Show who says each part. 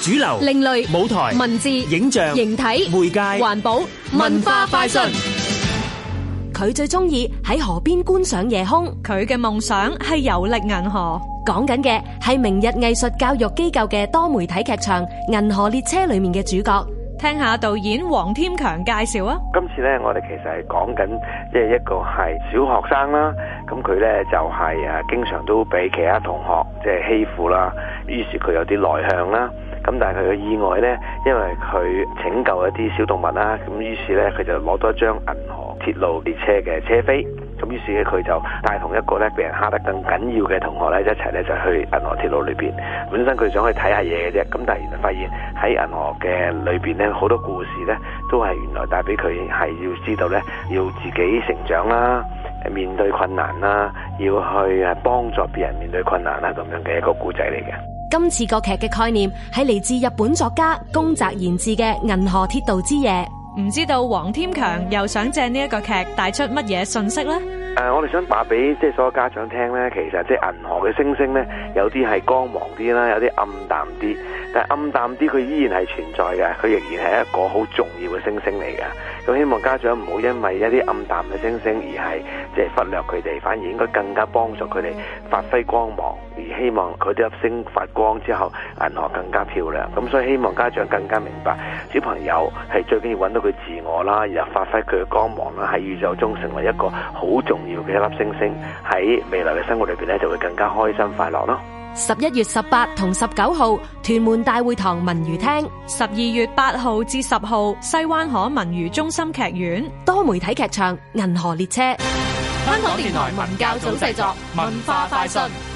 Speaker 1: 主流、
Speaker 2: 另類
Speaker 1: 舞台、
Speaker 2: 文字、
Speaker 1: 影像、
Speaker 2: 形體、
Speaker 1: 媒介、
Speaker 2: 環保、文化快訊。
Speaker 3: 佢最中意喺河邊觀賞夜空。
Speaker 4: 佢嘅夢想係遊歷銀河。
Speaker 3: 講緊嘅係明日藝術教育機構嘅多媒體劇場《銀河列車》裏面嘅主角。
Speaker 4: 聽下導演黃添強介紹啊！
Speaker 5: 今次咧，我哋其實係講緊即係一個係小學生啦，咁佢咧就係、誒經常都俾其他同學即係欺負啦，於是佢有啲內向啦。咁但係佢嘅意外咧，因為佢拯救一啲小動物啦，咁於是咧佢就攞到一張銀河鐵路列車嘅車飛。咁於是咧，佢就帶同一個咧俾人蝦得更緊要嘅同學咧，一齊咧就去銀河鐵路裏邊。本身佢想去睇下嘢嘅啫，咁但係原來發現喺銀河嘅裏邊咧，好多故事咧都係原來帶俾佢係要知道咧，要自己成長啦，面對困難啦，要去誒幫助別人面對困難啦，咁樣嘅一個故仔嚟嘅。
Speaker 3: 今次個劇嘅概念係嚟自日本作家宮澤賢治嘅《銀河鐵道之夜》。
Speaker 4: 唔知道黃添強又想借呢一個劇帶出乜嘢信息呢？
Speaker 5: 誒、呃我哋想話俾即係所有家長聽咧，其實即係銀河嘅星星咧，有啲係光芒啲啦，有啲暗淡啲。但係暗淡啲，佢依然係存在嘅，佢仍然係一個好重要嘅星星嚟嘅。咁希望家長唔好因為一啲暗淡嘅星星而係即係忽略佢哋，反而應該更加幫助佢哋發揮光芒，而希望佢哋粒星發光之後，銀河更加漂亮。咁所以希望家長更加明白，小朋友係最緊要揾到佢自我啦，然後發揮佢嘅光芒啦，喺宇宙中成為一個好重要嘅一粒星星，喺未來嘅生活裏邊咧就會更加開心快樂咯。
Speaker 3: 十一月十八同十九號，屯門大會堂文娛廳
Speaker 4: 十二月八號至十號，西灣河文娛中心劇院。
Speaker 3: 多媒體劇場《銀河列車》。
Speaker 2: 香港電台文教組製作，文化快訊。